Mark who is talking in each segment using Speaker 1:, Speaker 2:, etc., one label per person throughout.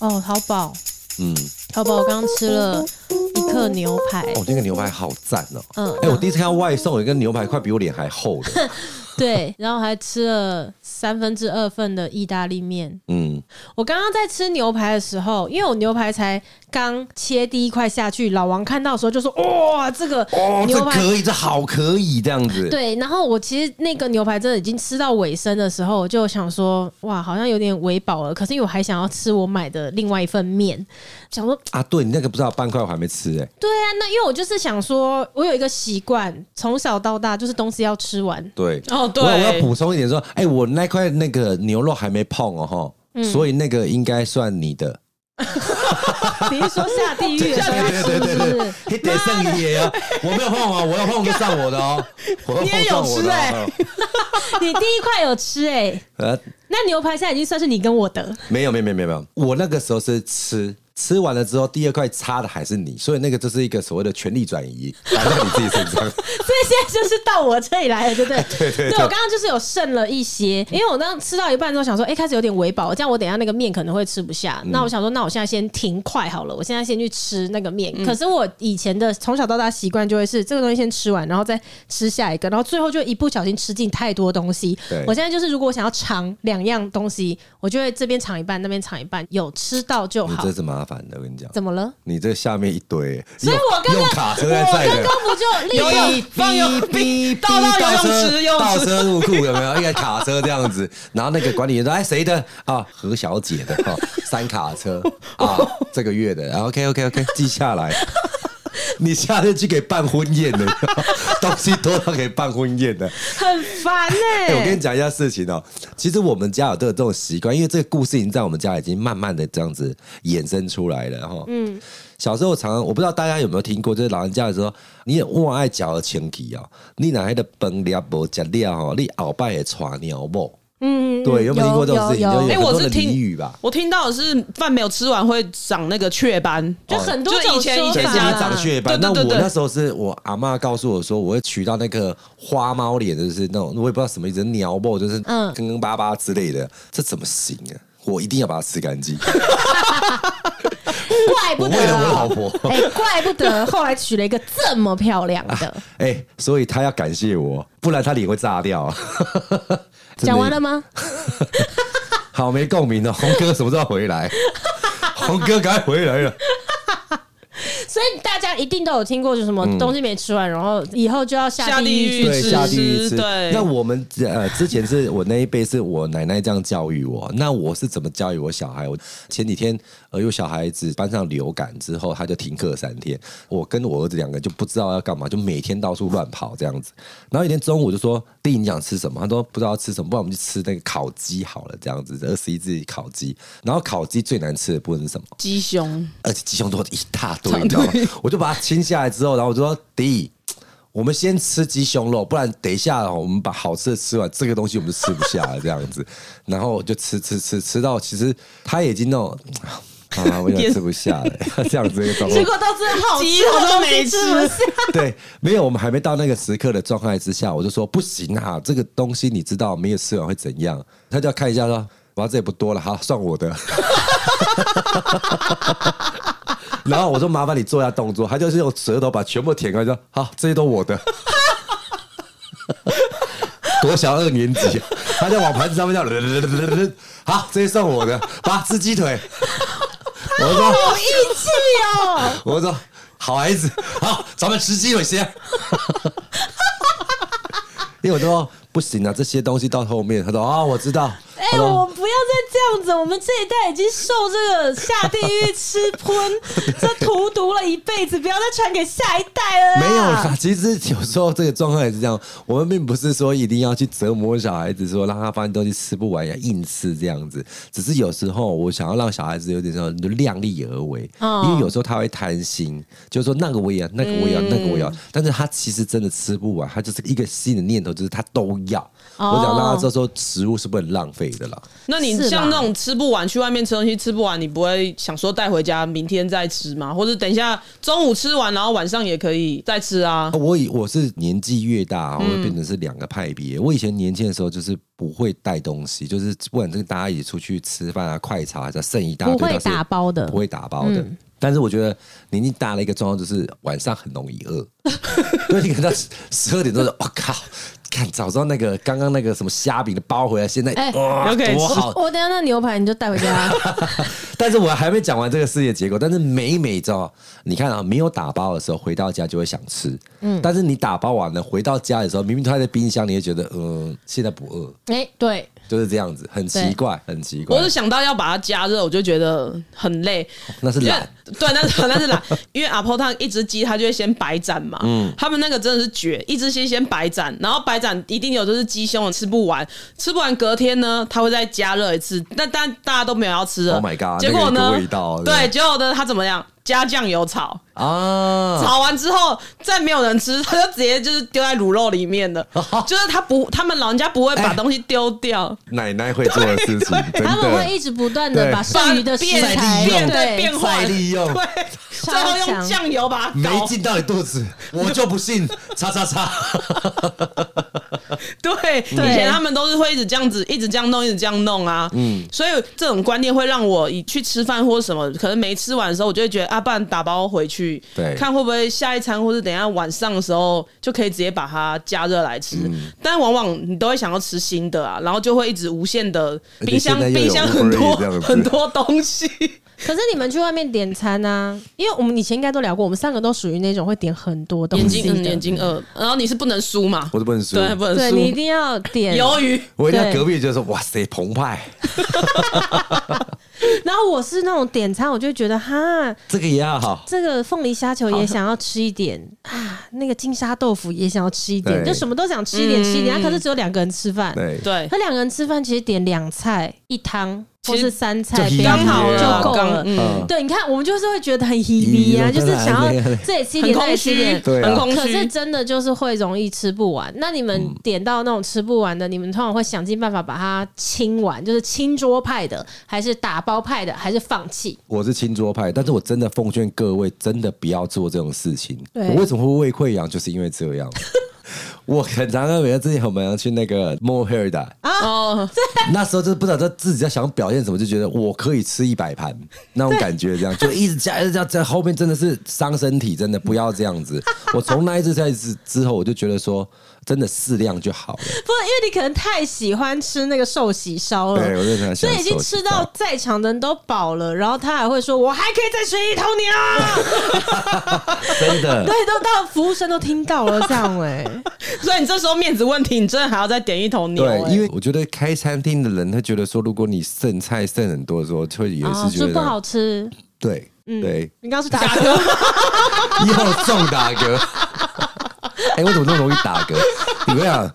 Speaker 1: 哦，淘宝，
Speaker 2: 嗯，
Speaker 1: 淘宝我刚刚吃了一克牛排，
Speaker 2: 哦，那个牛排好赞哦。
Speaker 1: 嗯，
Speaker 2: 哎、我第一次看到外送有一个牛排块比我脸还厚的，
Speaker 1: 对，然后还吃了三分之二份的意大利面。
Speaker 2: 嗯，
Speaker 1: 我刚刚在吃牛排的时候，因为我牛排才刚切第一块下去，老王看到的时候就说：“哇，这个
Speaker 2: 哦，这
Speaker 1: 牛排。
Speaker 2: 可以，这好可以这样子，
Speaker 1: 对，然后我其实那个牛排真的已经吃到尾声的时候，我就想说，哇，好像有点微饱了。可是因为我还想要吃我买的另外一份面，想说
Speaker 2: 啊，对你那个不知道半块我还没吃哎、
Speaker 1: 对啊，那因为我就是想说，我有一个习惯，从小到大就是东西要吃完。
Speaker 2: 对，
Speaker 3: 哦，
Speaker 2: 我我要
Speaker 3: 对，
Speaker 2: 补充一点说，哎、我那块那个牛肉还没碰哦哈，
Speaker 3: 嗯
Speaker 2: 所以那个应该算你的。
Speaker 1: 你是说下地狱的时候吃，是不是？
Speaker 2: 你得上你也要，我没有碰哦，我要碰就上我的哦，我要
Speaker 3: 你
Speaker 2: 碰
Speaker 3: 也
Speaker 2: 上
Speaker 3: 有
Speaker 2: 我
Speaker 3: 吃
Speaker 2: 的
Speaker 3: 哎
Speaker 2: 哦。
Speaker 1: 你第一块有吃哎、
Speaker 2: 呃，
Speaker 1: 那牛排现在已经算是你跟我的，
Speaker 2: 没有没有没有没有没有，我那个时候是吃。吃完了之后，第二块擦的还是你，所以那个就是一个所谓的权力转移，打到你自己身上。
Speaker 1: 所以现在就是到我这里来了，对 不对？对对我刚刚就是有剩了一些，因为我刚刚吃到一半之后想说，哎、开始有点微饱，这样我等一下那个面可能会吃不下。那我想说，那我现在先停快好了，我现在先去吃那个面。可是我以前的从小到大习惯就会是这个东西先吃完，然后再吃下一个，然后最后就一不小心吃进太多东西
Speaker 2: 对。
Speaker 1: 我现在就是如果我想要尝两样东西，我就会这边尝一半，那边尝一半，有吃到就
Speaker 2: 你
Speaker 1: 好
Speaker 2: 这。是麻烦的，我跟你讲，
Speaker 1: 怎么了？
Speaker 2: 你这下面一堆，
Speaker 1: 所以我刚刚
Speaker 2: 用用卡车在载
Speaker 1: 我刚。
Speaker 2: 的
Speaker 1: 刚不就利
Speaker 3: 有
Speaker 1: 用
Speaker 3: 有放游
Speaker 2: 哔
Speaker 3: 倒到游泳池
Speaker 2: 车
Speaker 3: 游泳
Speaker 2: 倒
Speaker 3: 池
Speaker 2: 车入库有没有？一个卡车这样子，然后那个管理员说：“哎，谁的啊？何小姐的哈、哦，三卡车啊，这个月的。OK OK OK，记下来。 你下次去给办婚宴的，东西多到给办婚宴的。
Speaker 1: 很烦哎、
Speaker 2: 哎、我跟你讲一下事情哦、其实我们家有都有这种习惯，因为这个故事已经在我们家已经慢慢的这样子衍生出来了哈。嗯，小时候常常我不知道大家有没有听过，就是老人家说你也我爱嚼的前提哦，你哪还的崩了无嚼了哦，你鳌拜也传鸟不？
Speaker 1: 嗯，嗯嗯
Speaker 2: 对，有没有听过这种事情？
Speaker 1: 有有
Speaker 2: 就
Speaker 1: 有
Speaker 2: 有
Speaker 3: 哎
Speaker 2: 很
Speaker 3: 我
Speaker 2: 多
Speaker 3: 是
Speaker 2: 的
Speaker 3: 听
Speaker 2: 俚语吧。
Speaker 3: 我听到的是饭没有吃完会长那个雀斑，哦
Speaker 1: 就很多
Speaker 3: 就
Speaker 1: 种
Speaker 3: 以前
Speaker 1: 说
Speaker 3: 以
Speaker 2: 对，
Speaker 3: 前
Speaker 1: 法啊
Speaker 2: 是
Speaker 3: 家
Speaker 2: 你
Speaker 1: 啦
Speaker 2: 长雀斑。那
Speaker 3: 啊对对对
Speaker 2: 我
Speaker 3: 对
Speaker 2: 那时候是我阿妈告诉我说，我会娶到那个花猫脸，就是那种我也不知道什么意思，鸟毛就是
Speaker 1: 嗯
Speaker 2: 嗯坑坑巴巴之类的，这怎么行啊？我一定要把它吃干净。
Speaker 1: 怪不
Speaker 2: 我
Speaker 1: 得
Speaker 2: 为了我老婆，
Speaker 1: 哎、怪不得后来娶了一个这么漂亮的。
Speaker 2: 哎、所以她要感谢我，不然她脸会炸掉啊。 真的
Speaker 1: 讲完了？吗？
Speaker 2: 好，没共鸣哦。红哥什么时候回来？红哥该回来了。
Speaker 1: 所以大家一定都有听过，就什么东西没吃完，然后以后就要下
Speaker 3: 下
Speaker 1: 地
Speaker 3: 地
Speaker 1: 狱
Speaker 3: 狱
Speaker 1: 去
Speaker 3: 去
Speaker 2: 对，
Speaker 3: 吃
Speaker 2: 嗯下地狱吃。
Speaker 3: 对
Speaker 2: 那我们呃，之前是我那一辈是我奶奶这样教育我，那我是怎么教育我小孩？我前几天呃有小孩子班上流感之后，他就停课三天，我跟我儿子两个就不知道要干嘛，就每天到处乱跑这样子。然后有一天中午就说：“弟，你想吃什么？”他说：“不知道吃什么，不然我们去吃那个烤鸡好了，这样子二十一只烤鸡。然后烤鸡最难吃的部分是什么？
Speaker 3: 鸡胸，
Speaker 2: 而且鸡胸肉一大堆，你知道吗？我就把它清下来之后，然后我就说：“弟，我们先吃鸡胸肉，不然等一下哦我们把好吃的吃完，这个东西我们就吃不下了。”这样子，然后就吃吃吃吃到，其实他已经那种。啊，我也吃不下了，这样子的一个状况
Speaker 1: 结。果到最后好
Speaker 3: 鸡
Speaker 1: 吃
Speaker 3: 我
Speaker 1: 的
Speaker 3: 都
Speaker 1: 东西
Speaker 3: 没
Speaker 1: 吃不下，
Speaker 2: 对，没有，我们还没到那个时刻的状态之下，我就说不行啊，这个东西你知道没有吃完会怎样？他就要看一下说，哇，这也不多了，好，算我的。 然后我说麻烦你做一下动作，他就是用舌头把全部舔开，说好，这些都我的。 国小二年级，啊他在往盘子上面叫， 好，这些算我的，把吃鸡腿。我说
Speaker 1: 有义气哦。
Speaker 2: 我说好孩子，好，咱们吃鸡 腿先。因为我说不行啊，这些东西到后面，他说啊、我知道。
Speaker 1: 哎、
Speaker 2: 他说
Speaker 1: 我不要再这样子，我们这一代已经受这个下地狱吃 荤这荼毒了一辈子，不要再传给下一代了啦。
Speaker 2: 没有啦， 其实有时候这个状况也是这样。我们并不是说一定要去折磨小孩子，说让他发现东西吃不完呀，硬吃这样子。只是有时候我想要让小孩子有点说，你就量力而为，
Speaker 1: 嗯
Speaker 2: 因为有时候他会贪心，就是说那个我也要，那
Speaker 1: 嗯
Speaker 2: 个我也要，那个我也要，但是他其实真的吃不完，他就是一个新的念头，就是他都要。
Speaker 1: 哦
Speaker 2: 我想让他知道说食物是不能浪费的啦。
Speaker 3: 那你
Speaker 1: 是啦
Speaker 3: 像那种吃不完，去外面吃东西吃不完，你不会想说带回家明天再吃吗？或者等一下中午吃完，然后晚上也可以再吃啊
Speaker 1: 哦
Speaker 2: 啊？我以我是年纪越大，我
Speaker 1: 嗯
Speaker 2: 会变成是两个派别。我以前年轻的时候就是不会带东西，就是不管是大家一起出去吃饭啊、快茶，这剩一大堆，
Speaker 1: 不会
Speaker 2: 但是
Speaker 1: 打包的嗯
Speaker 2: 不会打包的。但是我觉得年纪大了一个状况就是晚上很容易饿， 因为你可能到十二点多的，我、靠，看早知道那个刚刚那个什么虾饼的包回来，现在
Speaker 1: 哎
Speaker 2: 哇、
Speaker 3: 又可以
Speaker 2: 多
Speaker 3: 吃
Speaker 2: 好，
Speaker 1: 我等一下那牛排你就带回 家，
Speaker 2: 但是我还没讲完这个事业结构，但是每每知道吗，你看啊，没有打包的时候，回到家就会想吃，嗯，但是你打包完了，回到家的时候，明明它在冰箱，你会觉得，嗯、现在不饿，
Speaker 1: 哎，对，
Speaker 2: 就是这样子，很奇怪，很奇怪
Speaker 3: 我是，想到要把它加热，我就觉得很累。
Speaker 2: 那是
Speaker 3: 因为
Speaker 2: 懒。
Speaker 3: 对，那是那是懒， 因为阿婆烫一只鸡，它就会先白斩嘛。
Speaker 2: 嗯
Speaker 3: 他们那个真的是绝，一只先先白斩，然后白斩一定有就是鸡胸吃不完，吃不完隔天呢，它会再加热一次。但但大家都没有要吃了
Speaker 2: Oh my god，
Speaker 3: 结
Speaker 2: 那个
Speaker 3: 果呢？
Speaker 2: 有一个味道
Speaker 3: 对，
Speaker 2: 对
Speaker 3: 结果呢，它怎么样？加酱油炒，
Speaker 2: 啊。
Speaker 3: 炒完之后再没有人吃，它就直接就是丢在卤肉里面 了。就是他不，他们老人家不会
Speaker 2: 哎
Speaker 3: 把东西丢掉。
Speaker 2: 奶奶会做的事情，真
Speaker 1: 他们会
Speaker 2: 的
Speaker 1: 一直不断的
Speaker 2: 对
Speaker 1: 把剩余的食
Speaker 3: 变
Speaker 1: 材
Speaker 2: 再利哎用
Speaker 3: 再
Speaker 1: 对
Speaker 3: 变换
Speaker 2: 再利用
Speaker 3: 对，
Speaker 1: 超
Speaker 3: 最后用
Speaker 1: 强
Speaker 3: 酱油把它
Speaker 2: 没
Speaker 3: 搞
Speaker 2: 进到你肚子，我就不信，叉 叉叉。
Speaker 3: 对，以前他们都是会一直这样子，一直这样弄，一直这样弄啊。嗯，所以这种观念会让我以去吃饭或什么，可能没吃完的时候，我就会觉得啊，不然打包回去，
Speaker 2: 对
Speaker 3: 看会不会下一餐或者等一下晚上的时候就可以直接把它加热来吃。
Speaker 2: 嗯
Speaker 3: 但往往你都会想要吃新的啊，然后就会一直无限的
Speaker 2: 而且
Speaker 3: 冰箱
Speaker 2: 现在又有
Speaker 3: 冰箱
Speaker 2: Uber
Speaker 3: 很
Speaker 2: Eats 这样
Speaker 3: 多
Speaker 2: 子
Speaker 3: 很多 东西。
Speaker 1: 可是你们去外面点餐啊，因为我们以前应该都聊过，我们三个都属于那种会点很多东
Speaker 3: 眼
Speaker 1: 西
Speaker 3: 睛
Speaker 1: 的。
Speaker 3: 嗯眼睛饿，然后你是不能输嘛？
Speaker 2: 我是不能输
Speaker 3: 对，不能
Speaker 1: 对你一
Speaker 3: 输。
Speaker 1: 定要 点，
Speaker 3: 鱿鱼，
Speaker 2: 我一定要
Speaker 1: 对
Speaker 2: 隔壁就说，哇塞，澎湃，
Speaker 1: 然后我是那种点餐，我就会觉得哈，
Speaker 2: 这个也 要好。
Speaker 1: 这个凤梨虾球也想要吃一点啊，那个金沙豆腐也想要吃一点，
Speaker 2: 对
Speaker 1: 就什么都想吃一点，吃一点。啊可是只有两个人吃饭，
Speaker 2: 对，
Speaker 3: 对
Speaker 1: 和两个人吃饭其实点两菜一汤
Speaker 3: 其
Speaker 1: 或
Speaker 3: 实
Speaker 1: 是三菜，
Speaker 2: 就
Speaker 1: 不要
Speaker 2: 刚好了
Speaker 1: 就够
Speaker 3: 刚
Speaker 1: 了。
Speaker 2: 嗯
Speaker 1: 对，你看我们就是会觉得很 hebe 啊，
Speaker 2: 嗯
Speaker 1: 就是想
Speaker 2: 对
Speaker 1: 要
Speaker 2: 对对
Speaker 1: 这里吃一点，那
Speaker 3: 很
Speaker 1: 里
Speaker 3: 空
Speaker 1: 吃一
Speaker 3: 虚
Speaker 1: 点，，
Speaker 2: 对啊
Speaker 3: 很空虚。
Speaker 1: 可是真的就是会容易吃不完。那你们点到那种吃不完的，你们通常会想尽办法把它清完，就是清桌派的，还是打包派的，还是放弃？
Speaker 2: 我是清桌派，但是我真的奉劝各位，真的不要做这种事情。
Speaker 1: 对
Speaker 2: 我为什么会胃溃疡，就是因为这样。 我很常跟别人之前我们去那个 Mo Herda，
Speaker 3: 哦，
Speaker 2: 那时候就不知道在自己在想表现什么，就觉得我可以吃一百盘那种感觉，这样就一直加，一直加，在后面真的是伤身体，真的不要这样子。我从那一次赛事之后，我就觉得说，真的适量就好了。
Speaker 1: 不是，因为你可能太喜欢吃那个寿喜烧
Speaker 2: 对，
Speaker 1: 了。
Speaker 2: 我就想，
Speaker 1: 所以已经吃到在场的人都饱了，然后他还会说：“我还可以再吃一头牛。
Speaker 2: 真”的
Speaker 1: 对，都到服务生都听到了，这样哎、
Speaker 3: 所以你这时候面子问题，你真的还要再点一头牛、欸。
Speaker 2: 对，因为我觉得开餐厅的人，他觉得说，如果你剩菜剩很多的时候，就会 有一
Speaker 1: 啊，
Speaker 2: 次觉
Speaker 1: 说
Speaker 2: 得、
Speaker 1: 不好吃。
Speaker 2: 对，
Speaker 1: 嗯
Speaker 2: 对，
Speaker 1: 你刚刚是打嗝，
Speaker 2: 又中打嗝。 哎、我怎么那么容易打嗝？你们讲，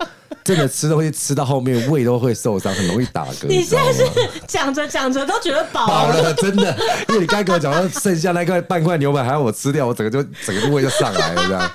Speaker 2: 真的吃东西吃到后面胃都会受伤，很容易打嗝。
Speaker 1: 你
Speaker 2: 知
Speaker 1: 现
Speaker 2: 道
Speaker 1: 在
Speaker 2: 吗
Speaker 1: 是讲着讲着都觉得饱
Speaker 2: 饱
Speaker 1: 了，哦
Speaker 2: 了，真的，因为你刚才跟我讲到剩下那块半块牛排还要我吃掉，我整个就整个胃就上来了，这样，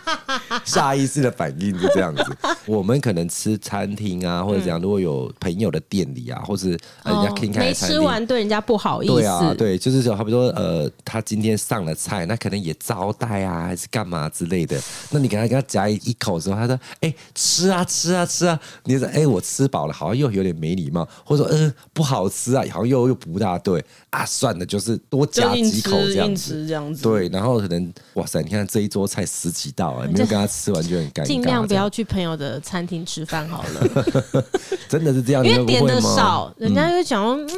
Speaker 2: 下意识的反应就这样子。我们可能吃餐厅啊，或者怎样，如果有朋友的店里啊，或是呃人家
Speaker 1: 嗯哦
Speaker 2: King 开
Speaker 1: 没
Speaker 2: 的餐
Speaker 1: 吃
Speaker 2: 厅。
Speaker 1: 完对人家不好意思。
Speaker 2: 对啊，对，就是说，好比说，呃，他今天上了菜，那可能也招待啊，还是干嘛之类的。那你给他给他夹一一口之后，他说：“哎、吃啊，吃啊，吃啊。”你说：“哎、我吃饱了，好像又有点没礼貌，或者说，嗯、不好吃啊，好像又又不大对啊。”算了，就是多
Speaker 3: 就
Speaker 2: 夹
Speaker 3: 硬
Speaker 2: 几
Speaker 3: 吃
Speaker 2: 口这样
Speaker 3: 硬
Speaker 2: 子。
Speaker 3: 吃这样子。
Speaker 2: 对，然后可能哇塞，你看这一桌菜十几道啊，没有跟他吃完就很尴尬。
Speaker 1: 尽量不
Speaker 2: 这样
Speaker 1: 要去朋友的餐厅吃饭好 了，
Speaker 2: 真的是这样，
Speaker 1: 因
Speaker 2: 你
Speaker 1: 为
Speaker 2: 们不
Speaker 1: 点
Speaker 2: 会
Speaker 1: 的
Speaker 2: 吗
Speaker 1: 少，人家就讲，嗯，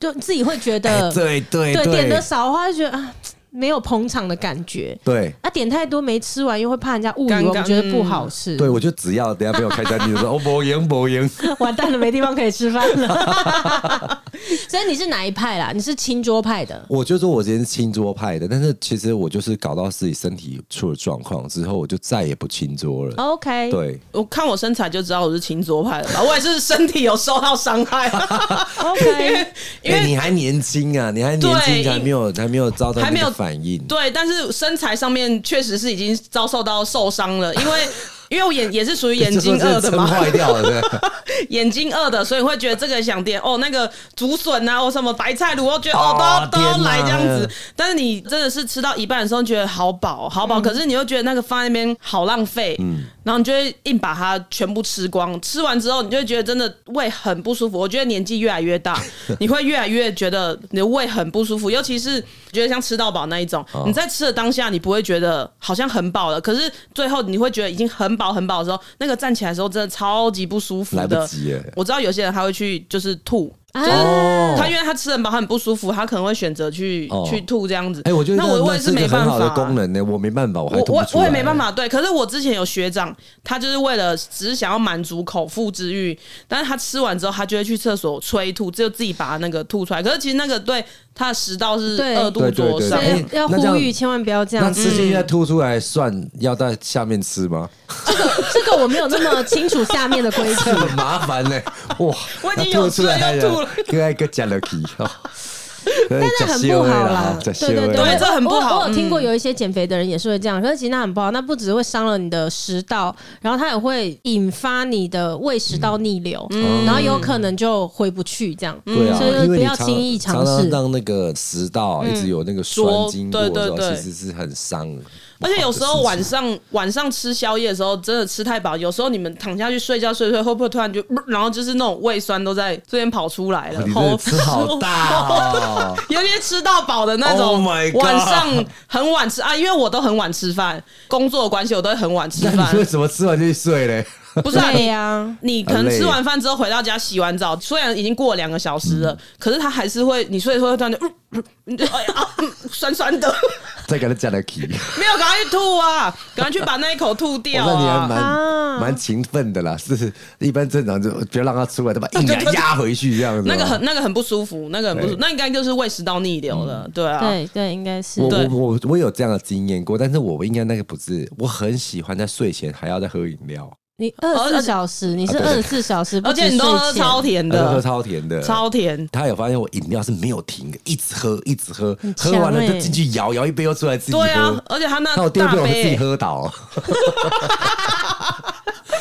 Speaker 1: 就自己会觉
Speaker 2: 哎
Speaker 1: 得，
Speaker 2: 对对
Speaker 1: 对，点的
Speaker 2: 对
Speaker 1: 少的话就觉得啊，没有捧场的感觉。
Speaker 2: 对。
Speaker 1: 啊，点太多没吃完，又会怕人家误以
Speaker 3: 尴
Speaker 1: 为
Speaker 3: 尬嗯
Speaker 1: 我们觉得不好吃，
Speaker 2: 对，我就只要等一下朋友开餐厅的时候，哦，不赢不赢，
Speaker 1: 完蛋了，没地方可以吃饭了。 所以你是哪一派啦？你是清桌派的，
Speaker 2: 我就说我之前是清桌派的，但是其实我就是搞到自己身体出了状况之后，我就再也不清桌了。
Speaker 3: 哦哎
Speaker 1: ？OK，
Speaker 2: 对，
Speaker 3: 我看我身材就知道我是琴桌派的吧，我也是身体有受到伤害，啊
Speaker 1: ，OK，
Speaker 3: 因为
Speaker 2: 哎你还年轻啊，你还年轻，
Speaker 3: 对
Speaker 2: 还没有还没有遭到
Speaker 3: 还没
Speaker 2: 那
Speaker 3: 有
Speaker 2: 个反应。
Speaker 3: 对，但是身材上面确实是已经遭受到受伤了，因为因为我眼也是属于 眼
Speaker 2: 这
Speaker 3: 睛
Speaker 2: 这
Speaker 3: 饿的
Speaker 2: 真
Speaker 3: 嘛，
Speaker 2: 坏掉了，对。
Speaker 3: 眼睛饿的，所以会觉得这个想点哦，那个竹笋啊，哦什么白菜卤，我觉得哦都要
Speaker 2: 哦
Speaker 3: 都要
Speaker 2: 天哪
Speaker 3: 来这样子。但是你真的是吃到一半的时候，觉得好饱好
Speaker 2: 嗯
Speaker 3: 饱，可是你又觉得那个放在那边好浪费，然后你就会硬把它全部吃光。吃完之后，你就会觉得真的胃很不舒服。我觉得年纪越来 越大，你会越来越觉得你的胃很不舒服，尤其是觉得像吃到饱那一种，
Speaker 2: 哦
Speaker 3: 你在吃的当下，你不会觉得好像很饱了，可是最后你会觉得已经很饱很饱的时候，那个站起来的时候真的超级不舒服的，
Speaker 2: 来不及耶
Speaker 3: 我知道有些人他会去就是吐，
Speaker 1: 啊，
Speaker 3: 他因为他吃很饱，他很不舒服，他可能会选择去、
Speaker 2: 哦
Speaker 3: 去吐这样子。
Speaker 2: 哎、我觉得
Speaker 3: 那我胃
Speaker 2: 是
Speaker 3: 没
Speaker 2: 一个
Speaker 3: 办
Speaker 2: 很
Speaker 3: 法
Speaker 2: 好的
Speaker 3: 啊、
Speaker 2: 功能呢、我没办法，我还
Speaker 3: 我
Speaker 2: 吐不
Speaker 3: 我
Speaker 2: 出
Speaker 3: 我
Speaker 2: 来
Speaker 3: 也没办。法，对。可是我之前有学长，他就是为了只是想要满足口腹之欲，但是他吃完之后，他就会去厕所催吐，只有自己把那个吐出来。可是其实那个对他的食道是
Speaker 1: 对
Speaker 3: 二度
Speaker 2: 对对
Speaker 3: 灼
Speaker 2: 对
Speaker 3: 伤，
Speaker 2: 哎
Speaker 1: 要要
Speaker 2: 那这
Speaker 1: 呼
Speaker 2: 样
Speaker 1: 吁千万不要这
Speaker 2: 那
Speaker 1: 样。嗯
Speaker 2: 吃进去再吐出来，算要在下面吃 吗？
Speaker 1: 这个我没有那么清楚下面的规
Speaker 2: 这
Speaker 1: 矩。
Speaker 2: 很麻烦呢、哇，
Speaker 3: 我已
Speaker 2: 那
Speaker 3: 经有
Speaker 2: 吐出来
Speaker 3: 吃了又吐了，
Speaker 2: 跟爱个加了皮哦。但
Speaker 1: 那很不好
Speaker 2: 哦
Speaker 1: 啦，对对对，
Speaker 3: 对这很不好
Speaker 1: 我我有听过
Speaker 3: 嗯
Speaker 1: 有一些减肥的人也是会这样，可是其实那很不好，那不只会伤了你的食道，然后它也会引发你的胃食道逆流，然后有可能就回不去这样。
Speaker 2: 对啊
Speaker 1: 所以，就
Speaker 2: 因为
Speaker 1: 不
Speaker 2: 你
Speaker 1: 要
Speaker 2: 常
Speaker 1: 轻易
Speaker 2: 常
Speaker 1: 尝
Speaker 2: 常
Speaker 1: 试。
Speaker 2: 让那个食道一直有那个酸
Speaker 3: 浊
Speaker 2: 经过的时候，
Speaker 3: 嗯对对对
Speaker 2: 其实是很伤。
Speaker 3: 而且有时候晚
Speaker 2: 上，
Speaker 3: 上晚上吃宵夜的时候，真的吃太饱，有时候你们躺下去睡觉睡睡，会不会突然就， 然后就是那种胃酸都在这边跑出来了，
Speaker 2: 啊哦
Speaker 3: 哦
Speaker 2: 你真
Speaker 3: 喉
Speaker 2: 的吃好大哦。
Speaker 3: 有些吃到饱的那
Speaker 2: Oh
Speaker 3: 种
Speaker 2: my，God
Speaker 3: 晚上很晚吃啊，因为我都很晚吃饭，工作的关系我都会很晚吃
Speaker 2: 那
Speaker 3: 饭
Speaker 2: 你，为什么吃完就去睡嘞？
Speaker 3: 不是、啊、
Speaker 1: 对
Speaker 3: 你
Speaker 1: 呀，
Speaker 3: 你可能吃完饭之后回到家洗完澡，虽然已经过了两个小时了，可是他还是会，你所以说会突然就，嗯嗯嗯哎呀啊嗯酸酸的，
Speaker 2: 再给他加了 皮。
Speaker 3: 没有赶快去吐啊，赶快去把那一口吐掉
Speaker 2: 哦那你还
Speaker 3: 啊。
Speaker 1: 啊
Speaker 2: 蛮蛮勤奋的啦，是一般正常就不要让它出来，他把
Speaker 3: 啊
Speaker 2: 硬压压回去这样子。哦
Speaker 3: 那个很那个很不舒服，那个很不舒服
Speaker 2: 对，
Speaker 3: 那应该就是胃食道逆流了，对啊，
Speaker 1: 对对，应该是
Speaker 2: 我。
Speaker 3: 对
Speaker 2: 我我我有这样的经验过，但是我应该那个不是，我很喜欢在睡前还要再喝饮料，
Speaker 1: 你二
Speaker 3: 而
Speaker 1: 十
Speaker 3: 且
Speaker 1: 四小时，你是
Speaker 2: 啊对
Speaker 1: 二十四小时，
Speaker 3: 而且
Speaker 1: 不止
Speaker 3: 你都喝
Speaker 1: 睡前
Speaker 3: 超甜
Speaker 2: 而且喝
Speaker 3: 的，
Speaker 2: 超甜的，
Speaker 3: 超甜，
Speaker 2: 他有发现我饮料是没有停的，一直喝，一直喝，
Speaker 1: 强
Speaker 2: 喝完了
Speaker 1: 欸
Speaker 2: 就进去摇摇一杯，又出来自己喝。
Speaker 3: 对啊，而且他那
Speaker 2: 那我第二
Speaker 3: 大
Speaker 2: 杯我是自己
Speaker 3: 杯，欸
Speaker 2: 喝 倒，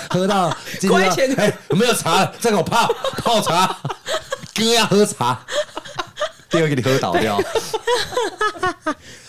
Speaker 2: 喝到进去
Speaker 3: 亏
Speaker 2: 到
Speaker 3: 钱
Speaker 2: 哎、有没有茶？再给我泡泡茶，哥要喝茶，第二个给你喝倒 掉。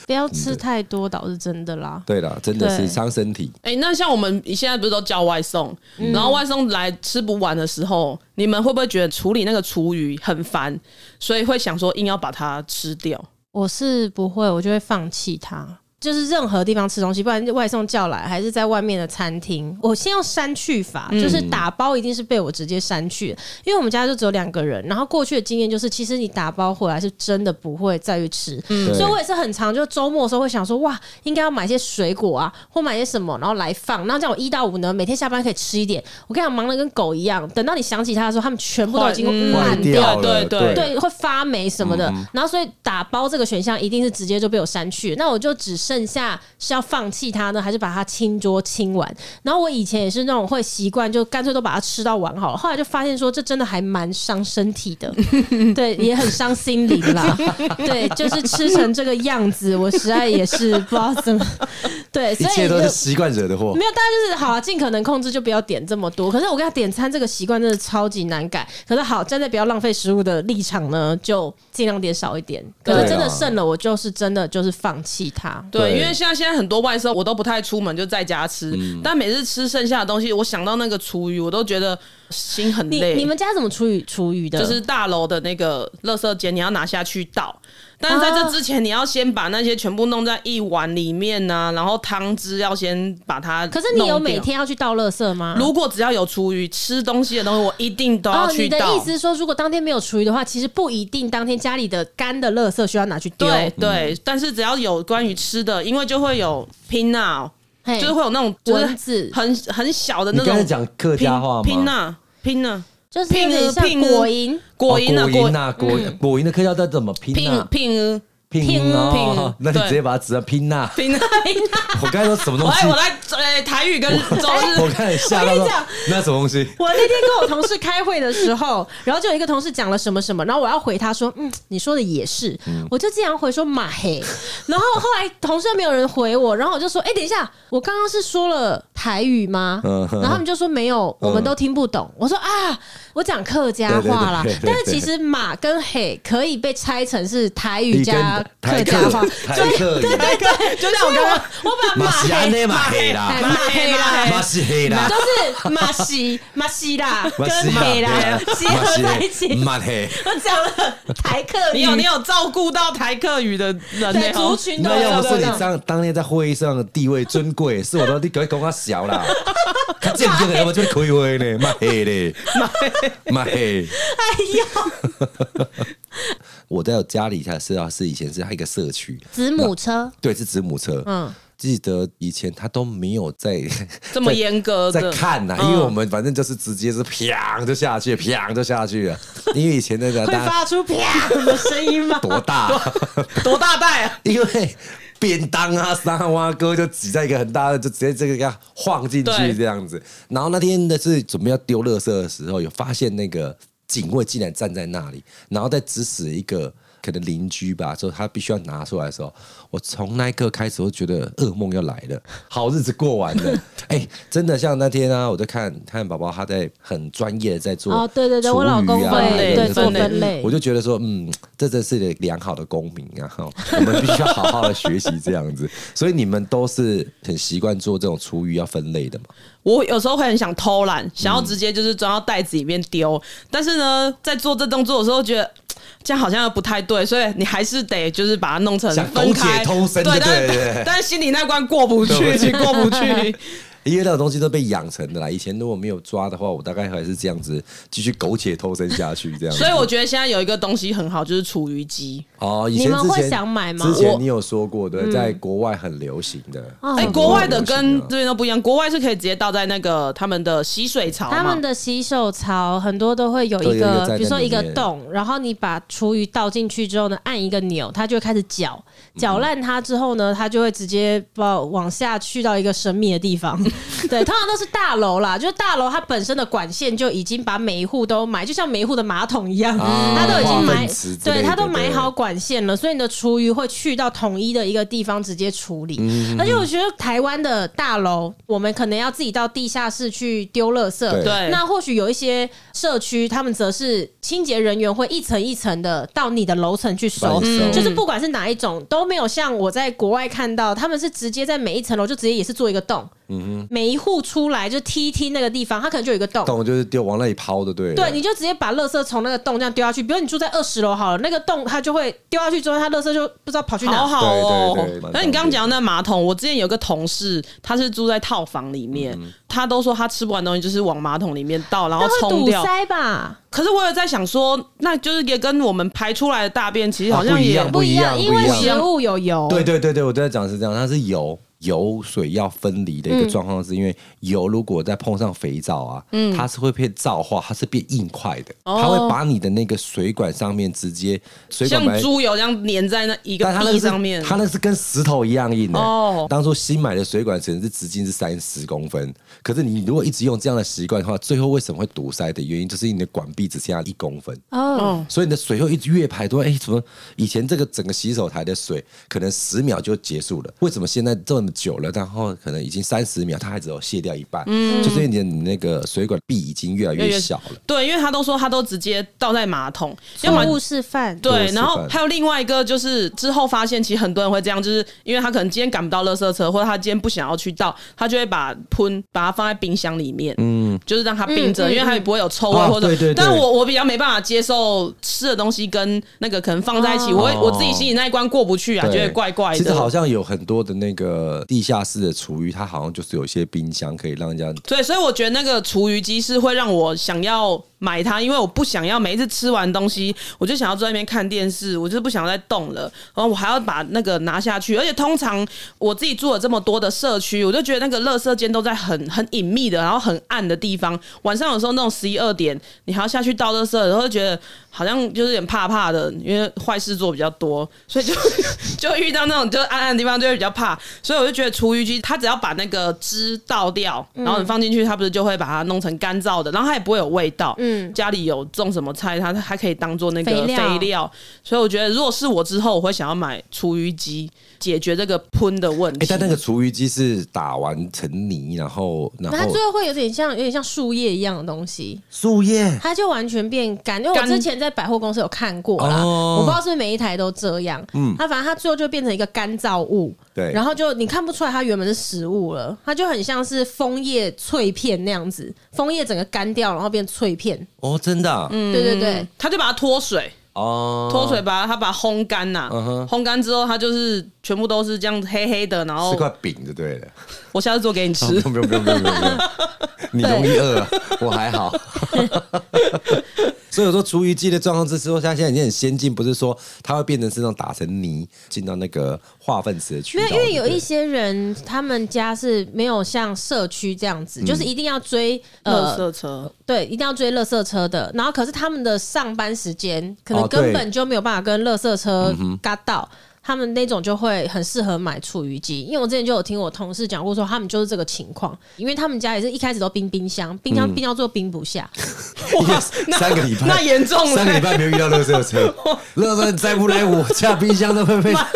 Speaker 1: 不要吃太多，倒是真的啦。
Speaker 2: 对了，真的
Speaker 1: 对
Speaker 2: 是伤身体。
Speaker 3: 哎、那像我们现在不是都叫外送，
Speaker 1: 嗯
Speaker 3: 然后外送来吃不完的时候，你们会不会觉得处理那个厨余很烦，所以会想说硬要把它吃掉？
Speaker 1: 我是不会，我就会放弃它。就是任何地方吃东西，不然外送叫来，还是在外面的餐厅，我先用删去法，就是打包一定是被我直接删去的，因为我们家就只有两个人，然后过去的经验就是，其实你打包回来是真的不会再去吃，所以我也是很常就周末的时候会想说，哇，应该要买一些水果啊，或买一些什么，然后来放，然后这样我一到五呢，每天下班可以吃一点。我跟你讲，忙得跟狗一样，等到你想起它的时候，他们全部都已经
Speaker 3: 坏
Speaker 1: 烂
Speaker 2: 坏
Speaker 1: 掉了
Speaker 2: 掉了，
Speaker 3: 哦嗯对对
Speaker 1: 对，会发霉什么的。
Speaker 2: 嗯
Speaker 1: 然后所以打包这个选项一定是直接就被我删去。那我就只剩下是要放弃它呢，还是把它清桌清完？然后我以前也是那种会习惯，就干脆都把它吃到完好了。后来就发现说，这真的还蛮伤身体的，对，也很伤心灵啦。对，就是吃成这个样子，我实在也是不知道怎么。对，
Speaker 2: 一
Speaker 1: 所以
Speaker 2: 切都
Speaker 1: 就是
Speaker 2: 习惯惹的祸
Speaker 1: 没。有，大家就是好啊，尽可能控制，就不要点这么多。可是我跟他点餐这个习惯真的超级难改。可是好，站在不要浪费食物的立场呢，就尽量点少一点。可是
Speaker 2: 对啊
Speaker 1: 真的剩了，我就是真的就是放弃它。
Speaker 3: 对，
Speaker 2: 对
Speaker 3: 因为现在现在很多外送我都不太出门，就在家吃，但每次吃剩下的东西，我想到那个厨余，我都觉得心很
Speaker 1: 你
Speaker 3: 累。
Speaker 1: 你们家怎么处理厨余的？
Speaker 3: 就是大楼的那个垃圾间，你要拿下去倒。但是在这之前，你要先把那些全部弄在一碗里面呐、然后汤汁要先把它弄
Speaker 1: 可
Speaker 3: 掉。
Speaker 1: 是你有每天要去倒垃圾吗？
Speaker 3: 如果只要有厨余，吃东西的东西，我一定都要
Speaker 1: 哦，你
Speaker 3: 去
Speaker 1: 的
Speaker 3: 倒。
Speaker 1: 意思是说，如果当天没有厨余的话，其实不一定当天家里的干的垃圾需要拿去丢。
Speaker 3: 对
Speaker 1: 嗯
Speaker 3: 对，但是只要有关于吃的，因为就会有拼啊，
Speaker 1: 嘿，
Speaker 3: 就是会有那种就是
Speaker 1: 蚊子
Speaker 3: 很很小的
Speaker 2: 你
Speaker 3: 那
Speaker 2: 刚才
Speaker 3: 种
Speaker 2: 讲客家话
Speaker 3: 拼
Speaker 2: 吗？
Speaker 3: 啊拼啊
Speaker 1: 就是有点像
Speaker 3: 拼了拼了
Speaker 1: 果蝇。
Speaker 2: 哦
Speaker 3: 果蝇啊
Speaker 2: 哦果蝇啊，果蝇果蝇的客家叫怎么拼
Speaker 3: 拼
Speaker 2: 啊？
Speaker 3: 拼
Speaker 2: 拼
Speaker 1: 拼
Speaker 2: 哦，那你
Speaker 3: 对
Speaker 2: 直接把它指成拼呐。
Speaker 3: 拼的。
Speaker 2: 我刚才说什么东
Speaker 3: 我来，
Speaker 2: 西
Speaker 3: 我？来，呃，台语跟中日
Speaker 2: 我看吓
Speaker 1: 我
Speaker 2: 到
Speaker 1: 跟
Speaker 2: 说
Speaker 1: 你讲
Speaker 2: 那什么东西？
Speaker 1: 我那天跟我同事开会的时候， 然后就有一个同事讲了什么什么，然后我要回他说，嗯，你说的也是，
Speaker 2: 嗯
Speaker 1: 我就这样回说马黑，然后后来同事没有人回我，然后我就说，哎、等一下，我刚刚是说了台语吗？
Speaker 2: 嗯哼
Speaker 1: 然后他们就说没有，我们都听不懂。我说啊，我讲客家话啦
Speaker 2: 对对，对对
Speaker 1: 但是其实马跟嘿可以被拆成是台语加
Speaker 2: 你跟
Speaker 1: 客
Speaker 2: 台
Speaker 1: 家话
Speaker 2: 客，台客语，
Speaker 1: 对对，就像我刚刚，我把
Speaker 2: 马
Speaker 1: 马
Speaker 2: 西安
Speaker 1: 黑。
Speaker 2: 内马黑啦
Speaker 1: 哎，马黑啦，
Speaker 2: 马西黑啦，
Speaker 1: 就是马 西马西啦，
Speaker 2: 马西
Speaker 1: 跟美啦
Speaker 2: 啦，啊
Speaker 1: 结合在一起。
Speaker 2: 马嗯黑。
Speaker 1: 我讲了台客语，
Speaker 3: 你有你有照顾到台客语的人
Speaker 1: 对
Speaker 3: 呢、
Speaker 1: 族
Speaker 3: 哦，
Speaker 1: 群都
Speaker 2: 那
Speaker 1: 有
Speaker 2: 要不是你
Speaker 1: 这样
Speaker 2: 当当年在会议上的地位尊贵， 是我都你赶快讲我小啦。他这样的，要不就是开会呢，马黑嘞，马黑。
Speaker 1: 哎呦，
Speaker 2: 我在我家里才知道，是以前是他一个社区，
Speaker 1: 子母车，
Speaker 2: 对，是子母车。
Speaker 1: 嗯，
Speaker 2: 记得以前他都没有在
Speaker 3: 这 么严格
Speaker 2: 在
Speaker 3: 的
Speaker 2: 看呐、
Speaker 1: 嗯
Speaker 2: 因为我们反正就是直接是啪就下去，啪就下去了。因为以前那个
Speaker 1: 会
Speaker 2: 大家
Speaker 1: 发出啪的声音吗？
Speaker 2: 多大， 啊
Speaker 3: 多大袋、啊？
Speaker 2: 因为便当啊、沙蛙哥就挤在一个很大的，就直接这个要晃进去
Speaker 3: 对
Speaker 2: 这样子。然后那天的是准备要丢垃圾的时候，有发现那个警卫竟然站在那里，然后再指使一个。可能邻居吧，说他必须要拿出来的时候，我从那一刻开始，我就觉得噩梦要来了，好日子过完了。哎、真的像那天啊，我就看看宝宝他在很专业的在做
Speaker 1: 哦对对对
Speaker 2: 厨
Speaker 1: 我老
Speaker 2: 余
Speaker 1: 公
Speaker 2: 啊
Speaker 1: 会
Speaker 2: 对
Speaker 3: 对
Speaker 2: 对
Speaker 3: 做
Speaker 2: 对
Speaker 1: 分类
Speaker 2: 我就觉得说，嗯，这真是良好的公民啊， 哈我们必须要好好的学习这样子。所以你们都是很习惯做这种厨余要分类的嘛？
Speaker 3: 我有时候会很想偷
Speaker 2: 嗯
Speaker 3: 懒，想要直接就是装到袋子里面丢，但是呢，在做这动作的时候，觉得嘖这样好像又不太对，所以你还是得就是把它弄成
Speaker 2: 想
Speaker 3: 分
Speaker 2: 苟且
Speaker 3: 开
Speaker 2: 偷生就
Speaker 3: 对，
Speaker 2: 对对
Speaker 3: 但
Speaker 2: 对
Speaker 3: 但是心里那关过不去， 过不 去。
Speaker 2: 因为那种东西都被养成的啦。以前如果没有抓的话，我大概还是这样子继续苟且偷生下去这样子。
Speaker 3: 所以我觉得现在有一个东西很好，就是厨余机。
Speaker 2: 哦，以前
Speaker 1: 你们
Speaker 2: 之前
Speaker 1: 会想买吗嗯
Speaker 2: 之前
Speaker 3: 我
Speaker 2: 你有说过的，在国外很流行的。
Speaker 1: 哦
Speaker 3: 哎、
Speaker 2: 很
Speaker 3: 国外的
Speaker 2: 流行
Speaker 3: 跟这边都不一样，国外是可以直接倒在那个他们的洗水槽嘛，
Speaker 1: 他们的洗手槽很多都会有
Speaker 2: 对
Speaker 1: 一
Speaker 2: 有一个
Speaker 1: 个
Speaker 2: 在，
Speaker 1: 比如说
Speaker 2: 那里
Speaker 1: 一个
Speaker 2: 面
Speaker 1: 洞，然后你把厨余倒进去之后呢，按一个钮，它就会开始搅，搅烂它之后呢，它就会直接把往下去到一个神秘的地 方。对，通常都是大楼啦，就是大楼它本身的管线就已经把每一户都埋，就像每一户的马桶一样，
Speaker 2: 啊
Speaker 1: 它都已经
Speaker 2: 化
Speaker 1: 埋
Speaker 2: 粪池，之类
Speaker 1: 对，
Speaker 2: 的
Speaker 1: 它都
Speaker 2: 对
Speaker 1: 埋好管线了，所以你的厨余会去到统一的一个地方直接处理。而且我觉得台湾的大楼，我们可能要自己到地下室去丢垃圾，
Speaker 2: 对
Speaker 3: 对，
Speaker 1: 那或许有一些社区，他们则是清洁人员会一层一层的到你的楼层去收
Speaker 2: 帮，你收
Speaker 1: 就是不管是哪一种都没有像我在国外看到，他们是直接在每一层楼就直接也是做一个洞，每一户出来就踢一踢那个地方，它可能就有一个洞。
Speaker 2: 懂就是丢往那里抛的，对了。
Speaker 1: 对，你就直接把垃圾从那个洞这样丢下去。比如你住在二十楼好了，那个洞它就会丢下去之后，它垃圾就不知道跑去哪。
Speaker 3: 好好哦。
Speaker 2: 对对对
Speaker 3: 那你刚刚讲的那马桶，我之前有个同事，他是住在套房里面，
Speaker 2: 嗯
Speaker 3: 他都说他吃不完东西就是往马桶里面倒，然后
Speaker 1: 那会
Speaker 3: 冲
Speaker 1: 堵
Speaker 3: 掉。
Speaker 1: 塞吧？
Speaker 3: 可是我有在想说，那就是也跟我们排出来的大便其实好
Speaker 2: 啊
Speaker 3: 像
Speaker 2: 不一
Speaker 3: 也、
Speaker 2: 样
Speaker 1: 不一样，
Speaker 2: 不一
Speaker 1: 因
Speaker 2: 样
Speaker 1: 为
Speaker 2: 不一
Speaker 1: 食
Speaker 3: 样
Speaker 1: 物有油。
Speaker 2: 对对对对，我都在讲是这样，它是油油水要分离的一个状况，是因为油如果再碰上肥皂啊，它是会变皂化，它是变硬块的，它会把你的那个水管上面直接水管本
Speaker 3: 像
Speaker 2: 来。
Speaker 3: 猪油这样粘在那一个
Speaker 2: 但它那
Speaker 3: 壁
Speaker 2: 个是
Speaker 3: 上面。
Speaker 2: 它那个是跟石头一样硬的、
Speaker 3: 哦
Speaker 2: 当初新买的水管只能是直径是三十公分，可是你如果一直用这样的习惯的话，最后为什么会堵塞的原因，就是你的管壁只剩下一公分。
Speaker 1: 哦，
Speaker 2: 所以你的水会一直越排多。哎、怎么以前这个整个洗手台的水可能十秒就结束了，为什么现在这么久了，然后可能已经三十秒，它还只有卸掉一半？嗯，就是因为你那个水管壁已经越来
Speaker 3: 越来
Speaker 2: 越
Speaker 3: 越
Speaker 2: 小了。
Speaker 3: 对，因为他都说他都直接倒在马桶，要么
Speaker 1: 错误示范。
Speaker 2: 对
Speaker 3: 对，
Speaker 2: 示
Speaker 3: 然后
Speaker 2: 范
Speaker 3: 还有另外一个就是之后发现，其实很多人会这样，就是因为他可能今天赶不到垃圾车，或者他今天不想要去倒，他就会把喷把它放在冰箱里面，嗯，就是让它冰着，
Speaker 1: 嗯嗯
Speaker 3: 因为它也不会有臭味
Speaker 2: 啊
Speaker 3: 或者。
Speaker 2: 对对对
Speaker 3: 但我我比较没办法接受吃的东西跟那个可能放在一起，
Speaker 1: 哦
Speaker 3: 我会我自己心里那一关过不去啊，
Speaker 2: 对
Speaker 3: 觉得怪怪
Speaker 2: 其实好
Speaker 3: 的。
Speaker 2: 像有很多的那个地下室的厨余，它好像就是有一些冰箱可以让人家
Speaker 3: 对，所以我觉得那个厨余机是会让我想要买它，因为我不想要每一次吃完东西，我就想要坐在那边看电视，我就是不想再动了。然后我还要把那个拿下去，而且通常我自己住了这么多的社区，我就觉得那个垃圾间都在很很隐秘的，然后很暗的地方。晚上有时候那种十一二点，你还要下去倒垃圾，然后就觉得好像就是有点怕怕的，因为坏事做比较多，所以就 就遇到那种就是暗暗的地方就会比较怕，所以我就觉得厨余机它只要把那个汁倒掉，然后你放进去，它不是就会把它弄成干燥的，然后它也不会有味道。嗯，家里有种什么菜，它还可以当做那个
Speaker 1: 肥
Speaker 3: 肥
Speaker 1: 料
Speaker 3: 料。所以我觉得如果是我之后，我会想要买厨余机解决这个喷的问
Speaker 2: 哎、
Speaker 3: 题。
Speaker 2: 但那个厨余机是打完成泥，然后然
Speaker 1: 它
Speaker 2: 后
Speaker 1: 最后会有点像有点像树叶一样的东西，
Speaker 2: 树叶
Speaker 1: 它就完全变干。因为我
Speaker 3: 干
Speaker 1: 之前在百货公司有看过啦，
Speaker 2: 哦
Speaker 1: 我不知道是不是每一台都这样。嗯，它反正它最后就变成一个干燥物，
Speaker 2: 对
Speaker 1: 然后就你看不出来它原本是食物了，它就很像是枫叶脆片那样子，枫叶整个干掉，然后变脆片。
Speaker 2: 哦，真的、啊、
Speaker 1: 对对对，
Speaker 3: 他就把它脱水，
Speaker 2: 哦，
Speaker 3: 嗯脱水把它它把它烘干呐、
Speaker 2: 嗯
Speaker 3: 烘干之后它就是全部都是这样黑黑的，然
Speaker 2: 是
Speaker 3: 后
Speaker 2: 块饼就对 了，
Speaker 3: 我下次做给你
Speaker 2: 不
Speaker 3: 吃。
Speaker 2: 用不用不用不用不用， 不用你容易饿啊，我还好。 所以我说厨余机的状况是说，它现在已经很先进，不是说它会变成是那种打成泥进到那个化粪池的渠
Speaker 1: 没
Speaker 2: 道。
Speaker 1: 有，因为有
Speaker 2: 对不对
Speaker 1: 一些人他们家是没有像社区这样子，就是一定要追
Speaker 3: 垃
Speaker 1: 呃
Speaker 3: 圾车，
Speaker 1: 对，一定要追垃圾车的。然后可是他们的上班时间可能
Speaker 2: 哦对
Speaker 1: 根本就没有办法跟垃圾车嘎到。他们那种就会很适合买厨余机，因为我之前就有听我同事讲过，说他们就是这个情况，因为他们家也是一开始都冰冰箱，冰箱冰到最后冰不下，
Speaker 3: 哇，那
Speaker 2: 三个礼拜
Speaker 3: 那严重了，
Speaker 2: 三个礼拜没有遇到垃圾 车，垃圾再不来，我家冰箱都会被
Speaker 3: 那啊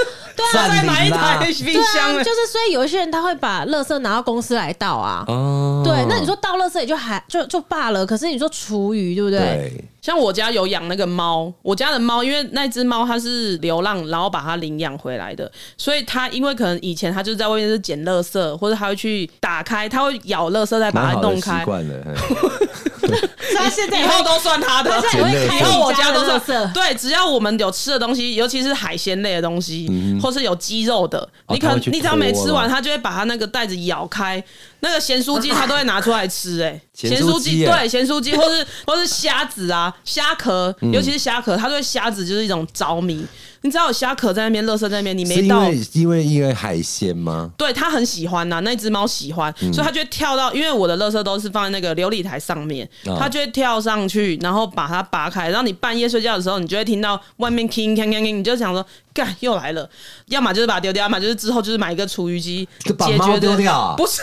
Speaker 3: 再
Speaker 2: 占
Speaker 3: 买一
Speaker 2: 领啦
Speaker 3: 台。冰箱
Speaker 1: 对啊，
Speaker 3: 了
Speaker 1: 就。是所以有一些人他会把垃圾拿到公司来倒啊，
Speaker 2: 哦
Speaker 1: 对，那你说倒垃圾也就还就就罢了，可是你说厨余对不
Speaker 2: 对，
Speaker 3: 像我家有养那个猫，我家的猫因为那只猫它是流浪，然后把它领养回来的，所以它因为可能以前它就在外面是捡垃圾，或者它会去打开，它会咬垃圾再把
Speaker 2: 蛮
Speaker 3: 它
Speaker 2: 好的
Speaker 3: 弄
Speaker 2: 习
Speaker 3: 开，
Speaker 2: 惯了。嘿
Speaker 1: 所以他现在
Speaker 3: 以后都算它的。
Speaker 1: 在也会开
Speaker 3: 以后我家
Speaker 1: 的
Speaker 3: 都
Speaker 1: 垃
Speaker 3: 是
Speaker 1: 圾，
Speaker 3: 对，只要我们有吃的东西，尤其是海鲜类的东西，或是有鸡肉的，
Speaker 2: 嗯哦
Speaker 3: 你可能
Speaker 2: 它会去
Speaker 3: 你只要没
Speaker 2: 拖
Speaker 3: 吃完，
Speaker 2: 吗
Speaker 3: 它就会把它那个袋子咬开，那个咸酥鸡它都会拿出来吃、哎，
Speaker 2: 咸酥
Speaker 3: 酥
Speaker 2: 鸡
Speaker 3: 鸡
Speaker 2: 哎
Speaker 3: 对咸酥鸡，或是或是虾子啊，虾壳，
Speaker 2: 嗯
Speaker 3: 尤其是虾壳，它对虾子就是一种着迷。你知道有虾壳在那边，垃圾在那边，你
Speaker 2: 是
Speaker 3: 没
Speaker 2: 因
Speaker 3: 到
Speaker 2: 为。因为因为海鲜吗？
Speaker 3: 对它很喜欢呐、那只猫喜欢，
Speaker 2: 嗯
Speaker 3: 所以它就会跳到，因为我的垃圾都是放在那个琉璃台上面，
Speaker 2: 啊
Speaker 3: 它就会跳上去，然后把它拔开。然后你半夜睡觉的时候，你就会听到外面 king king king，你就想说，干又来了，要么就是把它丢掉，要么就是之后就是买一个厨余机
Speaker 2: 就把
Speaker 3: 解
Speaker 2: 猫
Speaker 3: 决
Speaker 2: 丢
Speaker 3: 的。
Speaker 2: 掉啊
Speaker 3: 不 是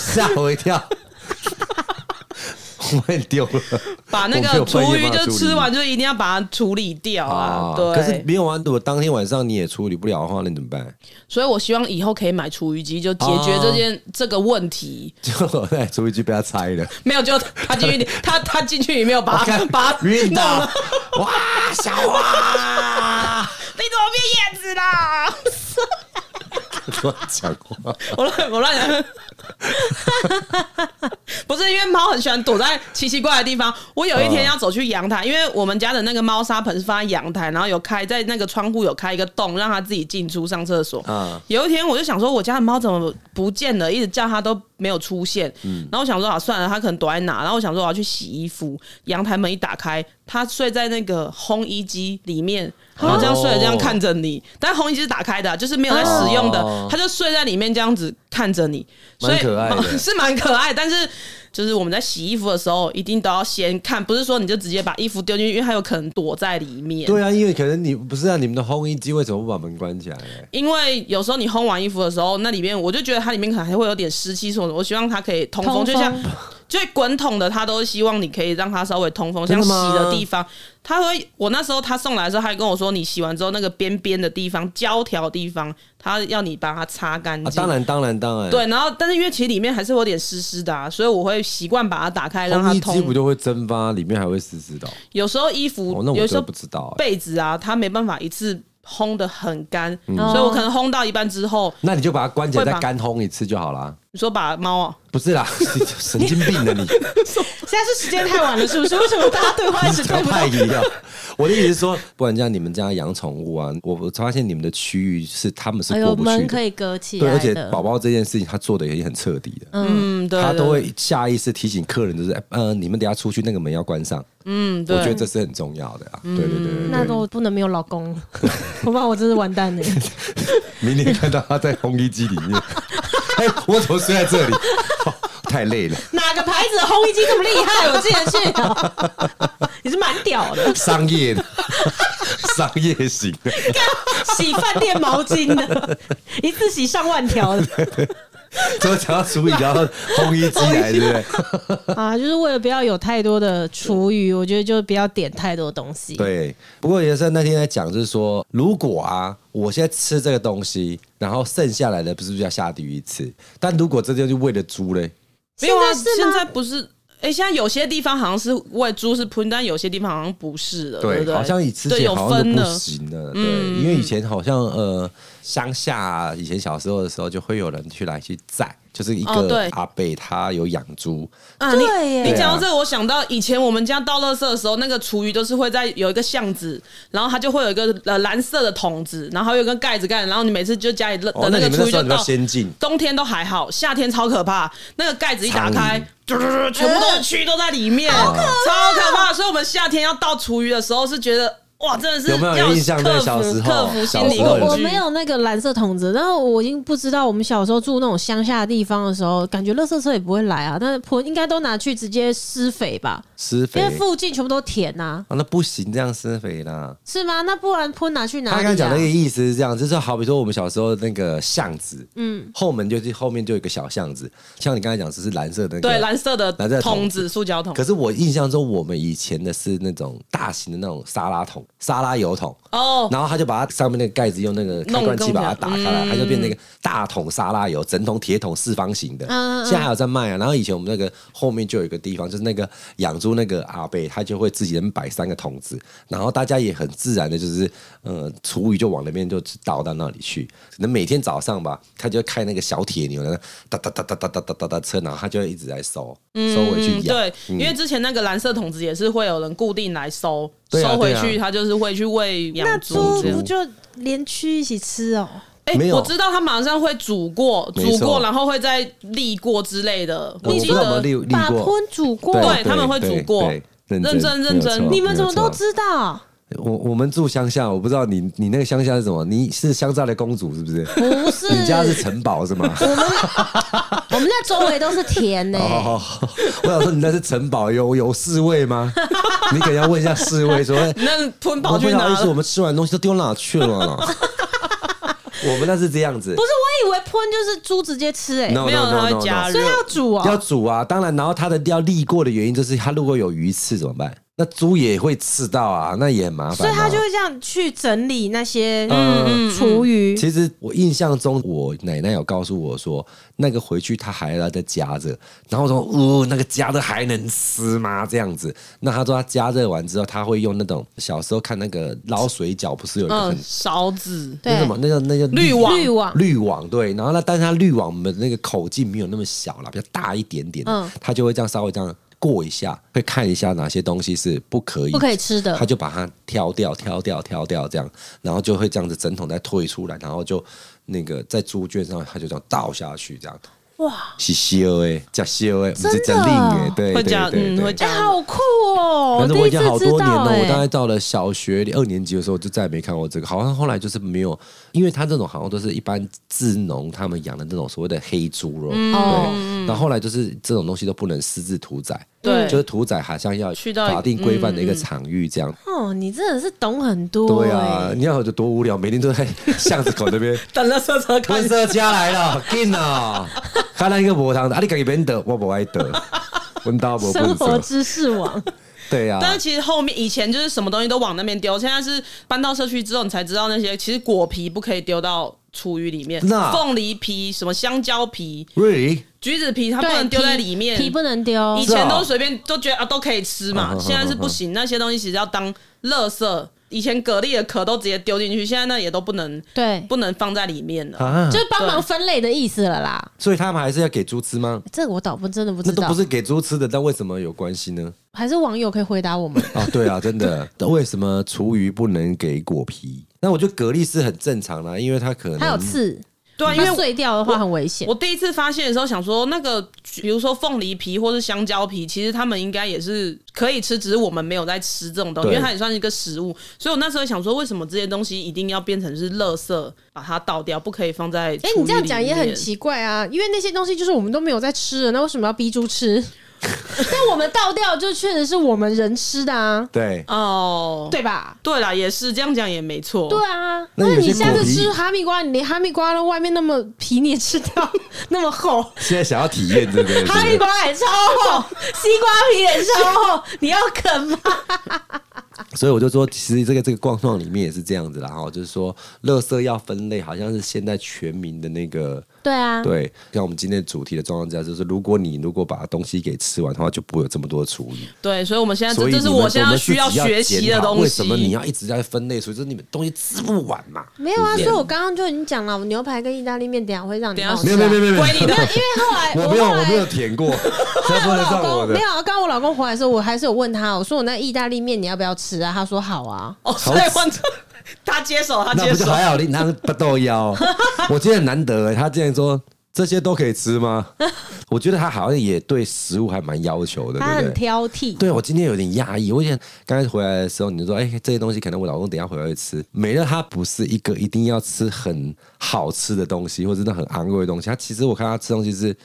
Speaker 2: 吓我一跳， 我也丢了，
Speaker 3: 把那
Speaker 2: 我没有
Speaker 3: 个
Speaker 2: 专业
Speaker 3: 厨余
Speaker 2: 帮它
Speaker 3: 就
Speaker 2: 处理哦
Speaker 3: 吃完就一定要把它处理掉啊。对，
Speaker 2: 可是没有啊，我当天晚上你也处理不了的话，那你怎么办？
Speaker 3: 所以我希望以后可以买厨余机，就解决这件、
Speaker 2: 啊
Speaker 3: 这个问题。
Speaker 2: 就我那厨余机被他拆了，
Speaker 3: 没有，就他进去，他他进去里面有把它
Speaker 2: 看
Speaker 3: 把它
Speaker 2: 晕
Speaker 3: 弄
Speaker 2: 倒
Speaker 3: 了。，
Speaker 2: 哇，小花，
Speaker 3: 你怎么变叶子啦？
Speaker 2: 乱讲话，
Speaker 3: 我乱我乱讲， 不是因为猫很喜欢躲在奇奇怪怪的地方。我有一天要走去阳台，因为我们家的那个猫砂盆是放在阳台，然后有开在那个窗户有开一个洞，让它自己进出上厕所。
Speaker 2: 嗯
Speaker 3: 有一天我就想说，我家的猫怎么不见了？一直叫它都没有出现。然后我想说啊，算了，它可能躲在哪？然后我想说我要去洗衣服，阳台门一打开，它睡在那个烘衣机里面。然后这样睡了，这样看着你，但烘衣机是打开的啊，就是没有在使用的
Speaker 2: 哦，
Speaker 3: 它就睡在里面这样子看着你，所以
Speaker 2: 蛮可爱的
Speaker 3: 是蛮可爱。但是就是我们在洗衣服的时候，一定都要先看，不是说你就直接把衣服丢进去，因为它有可能躲在里面。
Speaker 2: 对啊，因为可能你不是啊，你们的烘衣机为什么不把门关起来？啊
Speaker 3: 因为有时候你烘完衣服的时候，那里面我就觉得它里面可能还会有点湿气什么的，我希望它可以通风，
Speaker 1: 通风
Speaker 3: 就像最滚筒的，它都希望你可以让它稍微通风，
Speaker 2: 真的
Speaker 3: 像洗
Speaker 2: 吗
Speaker 3: 的地方，它会我那时候他送来的时候，他还跟我说，你洗完之后那个边边的地方、胶条地方，他要你把它擦干
Speaker 2: 啊，
Speaker 3: 净。
Speaker 2: 当然，当然，当然，，
Speaker 3: 嗯对，然后但是因为其实里面还是有点湿湿的啊，所以我会习惯把它打开让它
Speaker 2: 烘衣机不
Speaker 3: 通。
Speaker 2: 就会蒸发，里面还会湿湿的哦。
Speaker 3: 有时候衣服，
Speaker 2: 哦，那我
Speaker 3: 有
Speaker 2: 真
Speaker 3: 时候
Speaker 2: 的不知道欸。
Speaker 3: 被子啊，它没办法一次烘的很干，
Speaker 2: 嗯
Speaker 3: 所以我可能烘到一半之后，
Speaker 2: 那你就把它关起来，
Speaker 3: 会吧
Speaker 2: 再干烘一次就好啦。
Speaker 3: 你说把猫、啊，
Speaker 2: 不是啦，你神经病了你。
Speaker 1: 现在是时间太晚了，是不是？为什么大家对话一直对不 到
Speaker 2: 太？一样。我的意思是说，不然这样你们家养宠物啊，我我发现你们的区域是他 们是
Speaker 1: 哎
Speaker 2: 过
Speaker 1: 呦，
Speaker 2: 不去
Speaker 1: 门
Speaker 2: 的。
Speaker 1: 可以隔起
Speaker 2: 对，而
Speaker 1: 来
Speaker 2: 且
Speaker 1: 的。
Speaker 2: 宝宝这件事情，他做的也很彻底的，
Speaker 3: 嗯，对，
Speaker 2: 他
Speaker 3: 对
Speaker 2: 都
Speaker 3: 对
Speaker 2: 会下意识提醒客人，就是，哎呃，你们等一下出去那个门要关上。
Speaker 3: 嗯，
Speaker 2: 我
Speaker 3: 对，嗯
Speaker 2: 觉得这是很重要的啊。对对对对对
Speaker 1: 那我不能没有老公，我怕我真是完蛋 了。
Speaker 2: 明天看到他在烘衣机里面，哎，我怎么睡在这里？ 太累了，
Speaker 1: 哪个牌子的烘衣机这么厉害？我之前去，你是蛮屌的，
Speaker 2: 商业的， 商业型的，
Speaker 1: 洗饭店毛巾的，一次洗上万条的。
Speaker 2: 怎么讲到厨艺，然后烘衣机来，对不 对？
Speaker 1: 啊，就是为了不要有太多的厨余，我觉得就不要点太多东西。，
Speaker 2: 对，不过也是那天在讲，就是说，如果啊，我现在吃这个东西，然后剩下来的，不是就要下地狱吃？但如果这就是为了猪嘞，
Speaker 3: 没有啊，
Speaker 1: 现在是
Speaker 3: 现
Speaker 1: 吗
Speaker 3: 在不是。哎、现在有些地方好像是喂猪是喷，但有些地方好像不是了，对不对？
Speaker 2: 好像以之
Speaker 3: 对
Speaker 2: 前
Speaker 3: 有
Speaker 2: 好像
Speaker 3: 分嗯
Speaker 2: 都不
Speaker 3: 了，
Speaker 2: 行了，对，因为以前好像呃，乡下、以前小时候的时候就会有人去来去宰，就是一
Speaker 3: 哦
Speaker 2: 个
Speaker 3: 对
Speaker 2: 阿伯他有养猪，
Speaker 3: 啊，你
Speaker 1: 对耶
Speaker 3: 你讲到这个，我想到以前我们家倒垃圾的时候，那个厨余都是会在有一个巷子，然后它就会有一个呃蓝色的桶子，然后有一个盖子盖，然后你每次就家里的
Speaker 2: 哦，那你
Speaker 3: 个
Speaker 2: 们
Speaker 3: 厨
Speaker 2: 那
Speaker 3: 余
Speaker 2: 时候
Speaker 3: 就
Speaker 2: 比较
Speaker 3: 倒。
Speaker 2: 先进，
Speaker 3: 冬天都还好，夏天超可怕。那个盖子一打开，嘟嘟嘟全部都是蛆都在里面，超可怕。所以我们夏天要倒厨余的时候，是觉得哇，真的是
Speaker 2: 有没有
Speaker 3: 要
Speaker 2: 印象
Speaker 3: 克
Speaker 2: 在
Speaker 3: 服
Speaker 2: 小时候
Speaker 3: 克服
Speaker 2: 小
Speaker 3: 心理
Speaker 2: 时候有
Speaker 1: 哦我
Speaker 3: 恐
Speaker 1: 我
Speaker 3: 惧
Speaker 1: 没。有那个蓝色桶子，然后我已经不知道我们小时候住那种乡下的地方的时候，感觉垃圾车也不会来啊，但是婆应该都拿去直接施肥吧，
Speaker 2: 施肥
Speaker 1: 因为附近全部都田呐、
Speaker 2: 啊，那不行，这样施肥啦。
Speaker 1: 是吗？那不然喷拿去哪
Speaker 2: 他
Speaker 1: 里、啊？
Speaker 2: 刚刚讲那个意思是这样，就是好比说我们小时候那个巷子，嗯，后门就是后面就有一个小巷子，像你刚才讲，只是蓝色的那个，
Speaker 3: 对，蓝色的
Speaker 2: 蓝色的桶
Speaker 3: 桶子，塑胶桶
Speaker 2: 可。是我印象中，我们以前的是那种大型的那种沙拉桶、沙拉油桶，
Speaker 3: 哦，
Speaker 2: 然后他就把它上面那个盖子用那个开关器把它打开来，它就变成一个大桶沙拉油，整桶铁桶四方形的。
Speaker 1: 嗯嗯嗯
Speaker 2: 现在还有在卖啊。然后以前我们那个后面就有一个地方，就是那个养猪那个阿伯，他就会自己人摆三个桶子，然后大家也很自然的就是，呃，厨余就往那边就倒到那里去。可能每天早上吧，他就开那个小铁牛，然后哒哒哒哒哒哒哒哒哒车，然后他就会一直在收，收回去
Speaker 3: 嗯，
Speaker 2: 养。
Speaker 3: 对，因为之前那个蓝色桶子也是会有人固定来收，
Speaker 2: 对啊
Speaker 3: 收回
Speaker 2: 对
Speaker 3: 去，
Speaker 2: 啊
Speaker 3: 他就是会去喂
Speaker 1: 那
Speaker 3: 养
Speaker 1: 猪
Speaker 3: 猪这
Speaker 1: 不
Speaker 3: 样。
Speaker 1: 就连蛆一起吃哦？
Speaker 3: 哎、
Speaker 2: 没有
Speaker 3: 我知道他马上会煮过，
Speaker 2: 没错
Speaker 3: 煮过，然后会再沥过之类的。
Speaker 2: 我不
Speaker 3: 记
Speaker 2: 知道有没有
Speaker 3: 得
Speaker 2: 立立
Speaker 1: 把
Speaker 2: 过。
Speaker 1: 喷煮过，
Speaker 3: 对他们会煮
Speaker 2: 对
Speaker 3: 过
Speaker 2: 对
Speaker 3: 认
Speaker 2: 认
Speaker 3: 真认
Speaker 2: 没有
Speaker 3: 真
Speaker 2: 错
Speaker 1: 你们怎么
Speaker 2: 没有
Speaker 1: 都
Speaker 2: 错
Speaker 1: 知道？
Speaker 2: 我我们住乡下，我不知道你你那个乡下是什么？你是乡下的公主是不是？
Speaker 1: 不是，
Speaker 2: 你家是城堡是吗？
Speaker 1: 我们那周围都是田呢、
Speaker 2: 哦，我想说你那是城堡，有有侍卫吗？你可能要问一下侍卫说，哎
Speaker 3: 那喷跑
Speaker 2: 不
Speaker 3: 去哪
Speaker 2: 好意思，我
Speaker 3: 了？
Speaker 2: 们吃完东西都丢哪去了呢？我们那是这样子
Speaker 1: 不，是，我以为喷就是猪直接吃哎、
Speaker 2: No
Speaker 3: 没有，
Speaker 2: no, no,
Speaker 3: 他
Speaker 2: no,
Speaker 3: 会
Speaker 2: no
Speaker 3: 加
Speaker 1: 所
Speaker 3: 热
Speaker 1: 以。要煮哦、
Speaker 2: 要煮啊。当然，然后它的要沥过的原因就是它如果有鱼刺怎么办？那猪也会刺到啊，那也很麻烦啊。
Speaker 1: 所以他就会这样去整理那些
Speaker 2: 嗯
Speaker 1: 厨余。
Speaker 2: 其实我印象中，我奶奶有告诉我说，那个回去她还要再加热，然后我说，哦，那个加热还能吃吗？这样子。那她说她加热完之后，她会用那种小时候看那个捞水饺，不是有一个很、
Speaker 3: 嗯，勺子。
Speaker 2: 那什么，那个那个
Speaker 3: 滤网
Speaker 1: 滤网
Speaker 2: 滤网对，然后呢，但是它滤网的那个口径没有那么小了，比较大一点点，
Speaker 1: 嗯
Speaker 2: 嗯，它就会这样稍微这样过一下，会看一下哪些东西是不可以
Speaker 1: 不可以吃的
Speaker 2: 他就把它挑掉、挑掉、挑掉这样，然后就会这样子整桶再退出来，然后就那个在猪圈上，他就这样倒下去这样。
Speaker 1: 哇，
Speaker 2: 是西欧哎，加西欧哎，不
Speaker 1: 真
Speaker 2: 是
Speaker 1: 的
Speaker 2: 加令哎，对
Speaker 3: 会
Speaker 2: 对
Speaker 3: 加
Speaker 2: 对对
Speaker 3: 嗯会加
Speaker 1: 哎、好酷哦、我
Speaker 2: 反
Speaker 1: 第
Speaker 2: 正我
Speaker 1: 一
Speaker 2: 已经好
Speaker 1: 次知
Speaker 2: 多年
Speaker 1: 道
Speaker 2: 了，
Speaker 1: 哎、
Speaker 2: 我大概到了小学二年级的时候，我就再也没看过这个。好像后来就是没有，因为他这种好像都是一般自农他们养的那种所谓的黑猪肉，
Speaker 1: 嗯哦
Speaker 2: 对。然后后来就是这种东西都不能私自屠宰，
Speaker 3: 对
Speaker 2: 就是屠宰好像要
Speaker 3: 去到嗯
Speaker 2: 法定规范的一个场域这样。
Speaker 1: 哦，你真的是懂很多、哎。
Speaker 2: 对啊，你要有多无聊，每天都在巷子口那边。
Speaker 3: 等了车车
Speaker 2: 喷射家来 了，紧啊！看那个无通的，啊你家己免得，我不爱 得，阮兜
Speaker 1: 生
Speaker 2: 无喷
Speaker 1: 活
Speaker 2: 射。
Speaker 1: 知识 网，
Speaker 2: 对啊，
Speaker 3: 但是其实后面以前就是什么东西都往那边丢，现在是搬到社区之后，你才知道那些其实果皮不可以丢到厨余里面，
Speaker 2: 真的啊
Speaker 3: 凤梨皮、什么香蕉皮、
Speaker 2: really
Speaker 3: 橘子皮，它不
Speaker 1: 对
Speaker 3: 能丢在
Speaker 1: 皮
Speaker 3: 里面，
Speaker 1: 皮不能丢
Speaker 3: 以。前都随便都觉得啊都可以吃嘛
Speaker 1: 嗯
Speaker 2: 啊，
Speaker 3: 现在是不行，那些东西其实要当垃圾。以前蛤蜊的壳都直接丢进去，现在那也都不能
Speaker 1: 对，
Speaker 3: 不能放在里面了。
Speaker 2: 啊
Speaker 1: 就，是帮忙
Speaker 3: 对
Speaker 1: 分类的意思了啦。
Speaker 2: 所以他们还是要给猪吃吗？
Speaker 1: 这个我倒不真的不
Speaker 2: 那
Speaker 1: 知
Speaker 2: 都
Speaker 1: 道，
Speaker 2: 不是给猪吃的，但为什么有关系呢？
Speaker 1: 还是网友可以回答我 们。
Speaker 2: 啊，对啊，真 的，为什么厨余不能给果皮？那我觉得蛤蜊是很正常啦、因为它可能
Speaker 1: 它有刺，
Speaker 3: 对啊，因
Speaker 1: 因为
Speaker 3: 为我
Speaker 1: 碎掉的话很危险
Speaker 3: 我。第一次发现的时候，想说那个，比如说凤梨皮或是香蕉皮，其实他们应该也是可以吃，只是我们没有在吃这种东西，
Speaker 2: 对
Speaker 3: 因为它也算是一个食物。所以我那时候想说，为什么这些东西一定要变成是垃圾，把它倒掉，不可以放在？
Speaker 1: 哎、你这样讲也很。奇怪啊，因为那些东西就是我们都没有在吃的，那为什么要逼猪吃？但我们倒掉，就确实是我们人吃的啊，
Speaker 2: 对，
Speaker 3: 哦，对
Speaker 1: 对吧？
Speaker 3: 对啦，也是这样讲也没错。
Speaker 1: 对啊，
Speaker 2: 那
Speaker 1: 那
Speaker 2: 有些
Speaker 1: 你下
Speaker 2: 果
Speaker 1: 次
Speaker 2: 皮
Speaker 1: 吃哈密瓜，你连哈密瓜的外面那么皮你也吃掉， 那么厚，
Speaker 2: 现在想要体验 这个，
Speaker 1: 哈密瓜也超 厚，西瓜皮也超厚，你要啃吗？
Speaker 2: 所以我就说，其实这个这个逛逛里面也是这样子啦，哈，就是说，垃圾要分类，好像是现在全民的那个。
Speaker 1: 对啊，
Speaker 2: 对，像我们今天主题的状况之下，就是如果你如果把东西给吃完的话，就不会有这么多处理。
Speaker 3: 对所以我们现在
Speaker 2: 所
Speaker 3: 这
Speaker 2: 以
Speaker 3: 这是
Speaker 2: 你们
Speaker 3: 现在
Speaker 2: 们自
Speaker 3: 需
Speaker 2: 己要
Speaker 3: 学习
Speaker 2: 检
Speaker 3: 的
Speaker 2: 讨
Speaker 3: 东西。
Speaker 2: 为什么你要一直在分类？所以就是你们东西吃不完嘛。
Speaker 1: 没有啊，所以
Speaker 2: 对不对
Speaker 1: 我刚刚就已经讲了，我牛排跟意大利面等一下会让你
Speaker 3: 等一下
Speaker 1: 好吃啊
Speaker 2: 没有没有没有没有
Speaker 3: 归你的
Speaker 1: 因为后来
Speaker 2: 我
Speaker 1: 后
Speaker 2: 没有我没有
Speaker 1: 来。
Speaker 2: 舔过，这不
Speaker 1: 我
Speaker 2: 能
Speaker 1: 老
Speaker 2: 算我
Speaker 1: 公
Speaker 2: 的
Speaker 1: 没。有啊，刚刚我老公回来的时候，我还是有问他，我说我那意大利面你要不要吃啊？他说好啊。
Speaker 3: 哦，所以换他接手，他
Speaker 2: 那
Speaker 3: 接
Speaker 2: 不就
Speaker 3: 手。
Speaker 2: 还好？你那不豆腰，我今天很难得欸，他竟然说这些都可以吃吗？我觉得他好像也对食物还蛮要求的，
Speaker 1: 他
Speaker 2: 对不
Speaker 1: 很
Speaker 2: 对？
Speaker 1: 挑剔，
Speaker 2: 对我今天有点压抑，我以前刚开始回来的时候，你就说，哎、这些东西可能我老公等一下回来会吃。美乐他不是一个一定要吃很好吃的东西，或者是很昂贵的东西，他其实我看他吃东西是。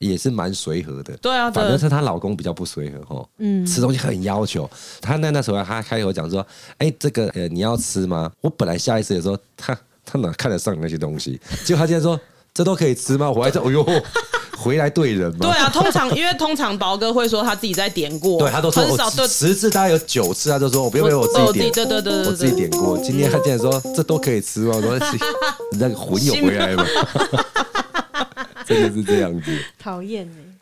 Speaker 2: 也是蛮随和的，
Speaker 3: 对啊对
Speaker 2: 反正是她老公比较不随和哈，嗯，吃东西很要求。她那那时候她开口讲说：“哎、这个呃你要吃吗？”我本来下意识也说：“她她哪看得上那些东西？”结果她竟然说：“这都可以吃吗？”我还在，哎呦，回来对人吗？
Speaker 3: 对啊，通常因为通常宝哥会说他自己在点过，
Speaker 2: 对他都说哦
Speaker 3: 很少
Speaker 2: 我
Speaker 3: 对
Speaker 2: 十次，大概有九次他都说我不用，
Speaker 3: 我
Speaker 2: 我
Speaker 3: 我
Speaker 2: 自
Speaker 3: 自己
Speaker 2: 己
Speaker 3: 对
Speaker 2: 点，
Speaker 3: 对对对对
Speaker 2: 我自己点过。今天他竟然说这都可以吃哦吗？我说 你那个魂有回来吗？真的是这样子。
Speaker 1: 讨厌呢。